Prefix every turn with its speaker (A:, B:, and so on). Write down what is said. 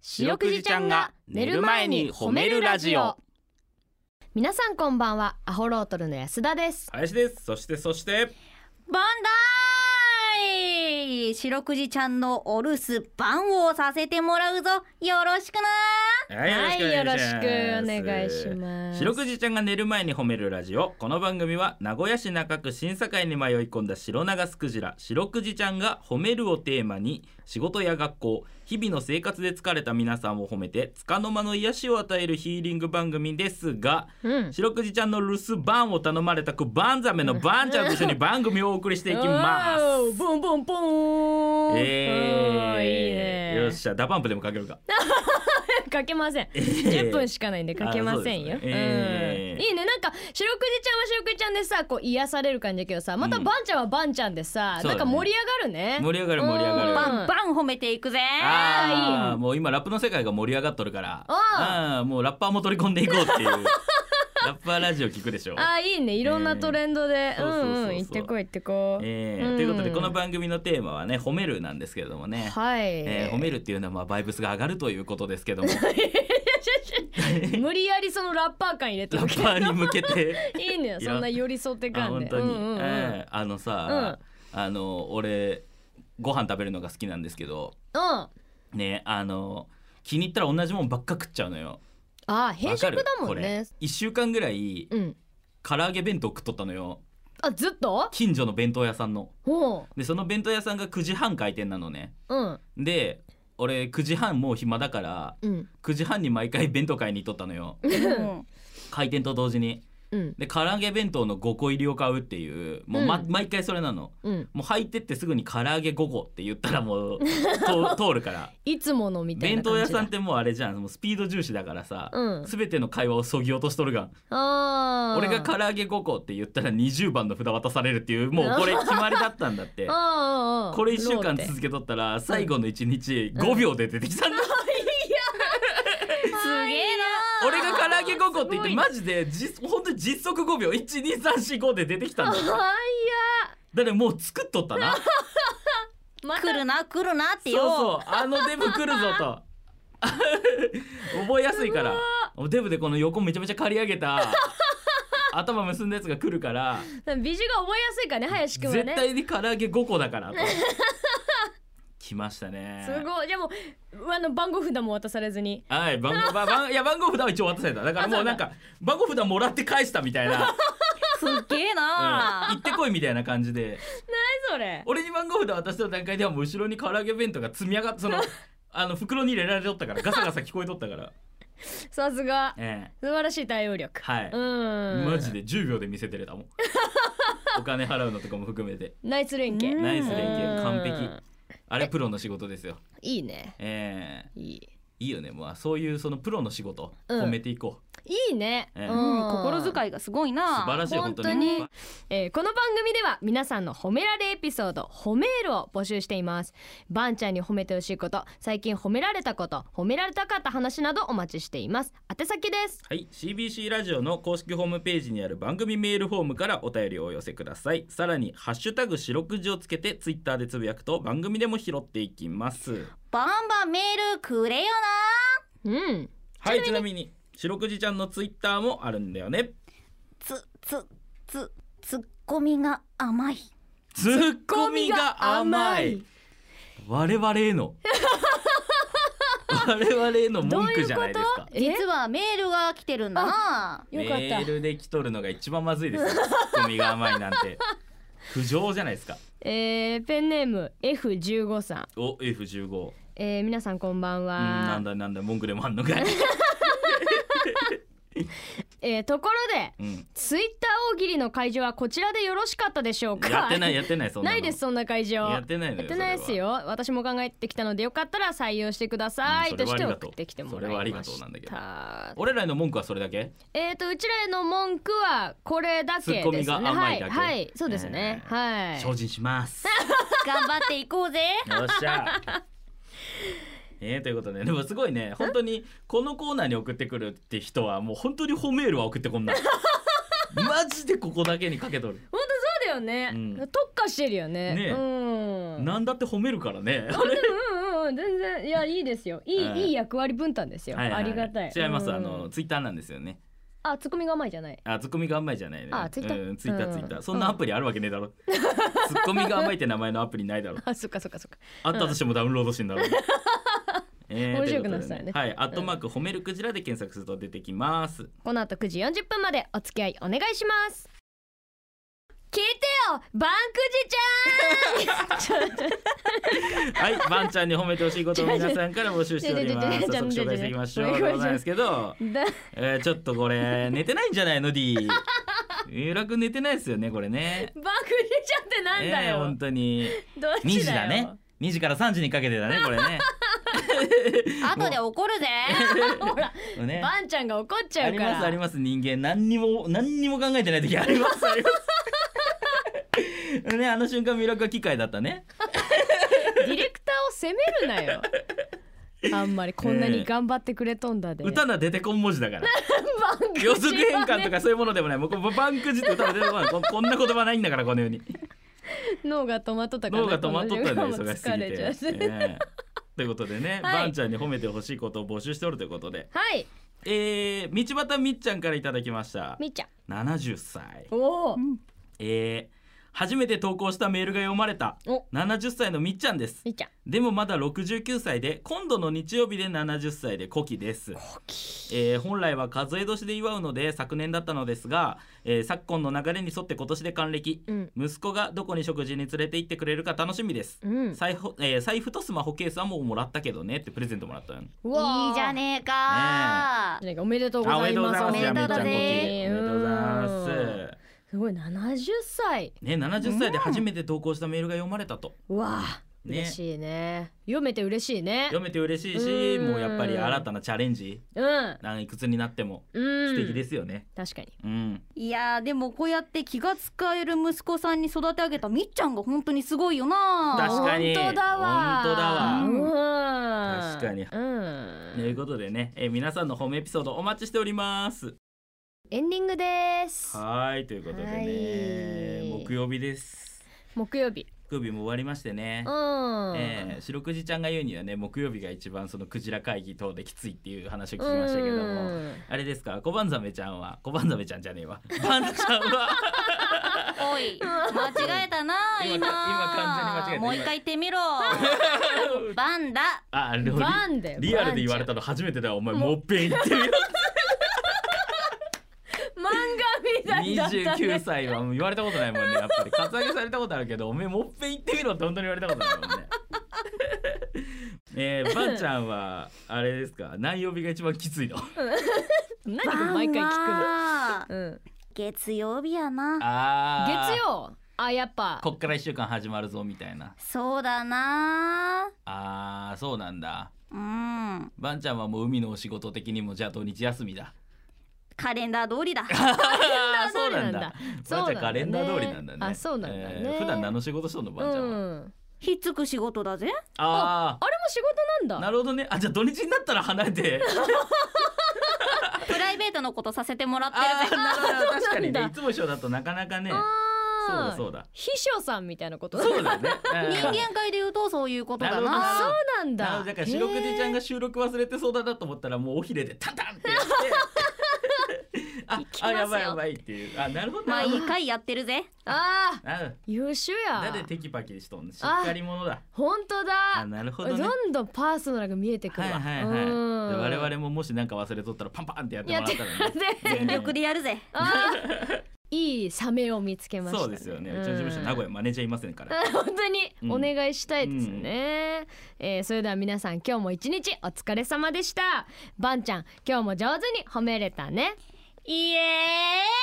A: 白くじちゃんが寝る前に褒めるラジオ
B: 皆さんこんばんはアホロートルの安田です
A: 林ですそしてそして
C: バンダイ白くじちゃんのお留守番をさせてもらうぞよろしくな
A: はい
B: よろしくお願いします
A: 白くじちゃんが寝る前に褒めるラジオこの番組は名古屋市中区審査会に迷い込んだ白長スクジラ白くじちゃんが褒めるをテーマに仕事や学校日々の生活で疲れた皆さんを褒めて束の間の癒しを与えるヒーリング番組ですが
B: うん
A: 白くじちゃんの留守番を頼まれたくバンザメのバンちゃんと一 緒に番組をお送りしていきます
B: おーボンボンボーンおーいい
A: えー
B: ね
A: よっしゃダパンプでもかけるか
B: かけません
A: 10
B: 10分しかないんでかけませんよ、
A: あそうですねえ
B: うん、
A: ー
B: いいねなんか白くじちゃんは白くじちゃんでさこう癒される感じだけどさまた
A: うん
B: バンちゃんはバンちゃんでさ、
A: そう
B: なん
A: だ
B: か
A: ね
B: 盛り上がるね
A: 盛り上がる盛り上が
B: う
A: る
B: ん
C: バンバン褒めていくぜ
A: ああもう今ラップの世界が盛り上がっとるからあーもうラッパーも取り込んでいこうっていう ラッパーラジオ聞くでしょ。
B: あーいいねいろんなトレンドで、
A: えーそうそうそうそう
B: うんうん行ってこい行ってこい、
A: えー
B: うん
A: ということでこの番組のテーマはね「褒める」なんですけれどもね、
B: はい、
A: えー褒めるっていうのはまあバイブスが上がるということです けども
B: 無理やりそのラッパー感入れ
A: ラ
B: たわけ
A: ッパーに向けて
B: いいねよそんな寄り添って
A: あ
B: 感
A: 本
B: で
A: 当
B: う
A: に、
B: んうんうん
A: えーあのさ、あの俺ご飯食べるのが好きなんですけど
B: うん
A: ねあの気に入ったら同じもんばっか食っちゃうのよ。
B: あー変色だ
A: わ
B: も
A: か
B: ん
A: る
B: ね
A: これ1週間ぐらい
B: うん
A: 唐揚げ弁当食っとったのよ
B: あずっと
A: 近所の弁当屋さんの。
B: ほ
A: でその弁当屋さんが9時半開店なのね
B: ううん
A: で俺9時半もう暇だから
B: うん
A: 9時半に毎回弁当買いに行っとったのよ
C: うん
A: 開店と同時に
B: うん
A: で唐揚げ弁当の5個入りを買うっていうもう、ま
B: うん
A: 毎回それなの
B: うん
A: もう入ってってすぐに唐揚げ5個って言ったらも うと通るから
B: いつものみたい
A: 弁
B: な
A: 当
B: 感
A: 屋
B: じだ
A: さんってもうあれじゃんもうスピード重視だからさ、
B: うん
A: 全ての会話をそぎ落としとるがん
B: あー
A: 俺が唐揚げ5個って言ったら20番の札渡されるっていうもうこれ決まりだったん だって
B: あーあーあー
A: これ1週
B: ロー
A: 間
B: って
A: 続けとったら最後の1日5秒で出てきたんだ、
C: すげえな
A: 俺が唐揚げ5個って言
B: すご
A: って
B: い
A: マジでじ本当に実測5秒12345で出てきたん だだか
B: あ
A: らもう作っとったなそう
B: ーいやま
C: 来るな来るなってよ
A: そうあのデブ来るぞと覚えやすいからデブでこの横めちゃめちゃ刈り上げ た頭結んだやつが来るから
B: た美女が覚えやすいからね林くんは
A: 絶
B: ね
A: 対に唐揚げ5個だからと来ましたね
B: すごいじゃあもうあの番号札も渡されずに
A: はい、番号、ば、ば、いや、番号札は一応渡された。だからもうなんか、番号札もらって返したみたいな、
C: すっげえ
A: うん
C: な
A: 行ってこいみたいな感じで、
B: 何それ
A: 俺に番号札渡した段階ではもう後ろに唐揚げ弁当が積み上がって、その、あの、袋に入れられとったから、ガサガサ聞こえとったから。
B: さすが
A: ええ
B: 素晴らしい対応力
A: はい。
B: うん
A: マジで10秒で見せてれたもん。お金払うのとかも含めて。
B: ナイス連携
C: うん
A: ナイス連携、完璧
B: うん。
A: あれ、プロの仕事ですよ。
B: いいね
A: ええ
B: いい
A: いいよね。まあ、そういうそのプロの仕事、
B: うん
A: 褒めていこう。
B: いいね、
A: ええ
C: うん心遣いがすごいな
A: 素晴らしい、本当
B: 本当
A: に
B: に。えーこの番組では皆さんの褒められエピソード褒めールを募集していますバンちゃんに褒めてほしいこと最近褒められたこと褒められたかった話などお待ちしています宛先です
A: はい、CBC ラジオの公式ホームページにある番組メールフォームからお便りをお寄せくださいさらに「ハッシュタグ四六時」をつけてツイッターでつぶやくと番組でも拾っていきます
C: バンバンメールくれよな
B: うん
A: はいちなみに四六時ちゃんのツイッターもあるんだよね
C: つつつツッコミが甘い
A: ツッコミが甘い我々への我々への文句じゃないですか
B: え
C: 実はメールが来てるんだな
B: よかっ
A: メ
B: た
A: ールで来とるのが一番まずいですよツッコミが甘いなんて不条じゃないですか
B: えー、ペンネーム F15 さん、
A: お F15
B: えー、皆さんこんばんは、
A: うんなんだなんだ文句でもあんのかい、
B: えー、ところで
A: うん、
B: ツイッター大喜利の会場はこちらでよろしかったでしょうか
A: やってないやってないそん な
B: な
A: の
B: いですそんな会場
A: やってないのよ
B: やってないですよ私も考えてきたのでよかったら採用してください、
A: うんそれ
B: とし
A: はあ
B: て
A: りが
B: 送
A: とう
B: ってきても
A: それは
B: ら
A: あ
B: い
A: り
B: ま
A: が
B: し
A: とう
B: た
A: なんだけど俺らへの文句はそれだけ
B: えっ、とうちらへの文句はこれだけですね
A: ツッコミが甘いだけ
B: はい、はい、そうですね、
A: えー
B: は
A: 精
B: い
A: 進します
C: 頑張っていこうぜ
A: よっしゃえー、ということででもすごいね本当にこのコーナーに送ってくるって人はもう本当に褒めールは送ってこ んないマジでここだけにかけとる
B: 本当そうだよね、
A: うん
B: 特化してるよね
A: ねえ
B: うん
A: なんだって褒めるからね
B: うんうんうんうん全然いやいいですよいい、
A: はい
B: いい役割分担ですよ、
A: はいはい
B: ありがたい
A: 違います、
B: うん
A: あのツイッターなんですよね
B: あツッコミが甘いじゃない
A: あツッコミが甘いじゃないね
B: あツイッター
A: うん、ツイッター
B: うん
A: ツイッターそんなアプリあるわけね えだろツッコミが甘いって名前のアプリないだろ
B: あそっかそっかそっか
A: あったとしてもダウンロードしてんだろう、 え
B: 面白
A: と
B: く
A: いう
B: な
A: こ
B: って
A: とで
B: たよね
A: はい、アットマーク褒めるクジラで検索すると出てきます。
B: この後9時40分までお付き合いお願いします聞いてよバンクジちゃ んちょちょ
A: はい、 バンちゃんに褒めてほしいことを皆さんから募集しておりま
B: 違う違
A: す。
B: う違う違う
A: 早速紹介していきましょう。
B: 違う違う違う
A: でございますけど、
B: だ
A: えー、ちょっとこれ寝てないんじゃないの D。三浦君寝てないですよねこれね。
B: バンクジちゃんってなんだ
A: ねえ
B: よ、
A: 本当に
B: どっちだよ
A: 2時だね。2時から3時にかけてだねこれ ね。
C: 後で怒るぜ
B: ほら
A: これね
B: バンちゃんが怒っちゃ
A: あ
B: う
A: り
B: か
A: ます
B: ら
A: あります人間何にも何にも考えてない時あります あります。ねあの瞬間魅力は機械だったね。
B: ディレクターを責めるな よあんまりこんなに頑張ってくれとんだで、
A: 歌な出てこん文字 だから。
B: バンクジ
A: 予測変換と
B: か
A: かそういうものでもない。もうこうバンクジって歌が出てこない。こんこんな言葉ないんだからこの世に。
B: 脳が止まっとったから
A: 脳が止まっとったんだよ忙しすぎ
B: 疲れちゃう
A: て。ええということでね、
B: はい
A: ばんちゃんに褒めてほしいことを募集しておるということで、
B: はい
A: えー、道端みっちゃんからいただきました
B: みっちゃん
A: 70歳、
B: おお
A: えー、初めて投稿したメールが読まれた
B: お
A: 70歳のみっちゃんです
B: みっちゃん
A: でもまだ69歳で今度の日曜日で70歳で古希ですえー本来は数え年で祝うので昨年だったのですが、えー昨今の流れに沿って今年で還暦、
B: うん
A: 息子がどこに食事に連れて行ってくれるか楽しみです、
B: うん
A: 財布えー財布とスマホケースはもうもらったけどねってプレゼントもらったの
B: うわー
C: いいじゃねえか
B: おめでとうございます
A: あおめでとうございますやみーちゃんごきお
C: おめ
A: めでとうございます
B: うんすごい70歳
A: ね70歳で初めて投稿したメールが読まれたと、
B: うわあ
A: ね
B: 嬉しいね読めて嬉しいね
A: 読めて嬉しいし
B: うん
A: もうやっぱり新たなチャレンジ
B: うん
A: なんかいくつになっても
B: うん
A: 素敵ですよね
B: 確かに
A: うん、
C: いやーでもこうやって気が使える息子さんに育て上げたみっちゃんが本当にすごいよな
A: 確かに
B: 本当だわ
A: 本当だわ
B: わ
A: 確かにということでね、えー皆さんのホームエピソードお待ちしております
B: エンディングです
A: はーいということでね
B: はい
A: 木曜日です
B: 木曜日
A: 木曜日も終わりましてね
B: う、ん
A: えー、白くじちゃんが言うにはね木曜日が一番そのクジラ会議等できついっていう話を聞きましたけども、
B: うん
A: あれですか小判ザメちゃんは小判ザメちゃんじゃねえわ バンちゃんは
C: おい間違えたな
A: 今
C: 今
A: 今完全に間違えた
C: もう一回言ってみろバンダ
A: あリ
B: バンだよ
A: リアルで言われたの初めてだよお前もうっぺん言ってみろ
B: 漫画みたいだった
A: 29
B: ね
A: 歳はもう言われたことないもんねやっぱりカツアゲされたことあるけどおめえもっぺん言ってみろって本当に言われたことないもんねえー、ばんちゃんはあれです か何曜日が一番きついの
B: 何
C: バン
B: で毎回聞
C: は
B: くのうん
C: 月曜日やな
A: あー
B: 月曜あやっぱ
A: こっから一週間始まるぞみたいな
C: そうだな
A: あーそうなんだ
C: うん
A: ばんちゃんはもう海のお仕事的にもじゃあ土日休み だ
C: カレンダー通 りだ
A: あーそうなんだ
B: そう
A: ば
B: なんだ
A: んちゃんカレンダー通りなんだね
B: あそうなんだね
A: 普段何の仕事しとんの
B: う
A: ばんちゃんは、
B: ん
C: ひっつく仕事だぜ
A: あ
B: あれも仕事な
A: あ
B: ん
A: な
B: だ
A: るほどねあじゃあ土日になったら離れて
C: プライベートのことさせて もらってる
A: あー
C: ぜ
A: なるほど確かに
B: そうな
A: ね
B: ん
A: いつも一緒だとなかなかねそう
B: あ
A: だ
B: ー
A: そうだ
B: 秘書さんみたいなこと
A: そうだよね
C: 人間界で言うとそういうことだ
A: なるほど
C: な
B: あそうなん
A: なの
B: だ
A: だから白くじちゃん
B: が
A: が収録忘れてそうだなと思ったらもうおひれでタンタンってやって あ
C: きま
A: あ
C: すよ
A: やばいやばいっていうあなるほどな
C: 毎回やってるぜ
B: あー
A: あ
B: 優秀
A: な
B: や
A: んでテキパキしとんのしっかり者だ
B: 本当
A: あ
B: だ
A: なるほどね
B: どんどんパーソナルが見えてく
A: は
B: る
A: い
B: わ
A: はいはいで
B: うん
A: 我々ももし何か忘れとったらパンパンってやってもらったらね
C: 全力でやるぜ
B: あーいいサメを見つけました、
A: そうですよねうちの事務所名古屋マネージャーいませんから
B: 屋本当に
A: う
B: お
A: ん
B: 願いしたいですね、えーそれでは皆さん今日も一日お疲れ様でしたばんちゃん今日も上手に褒めれたね
C: イエーイ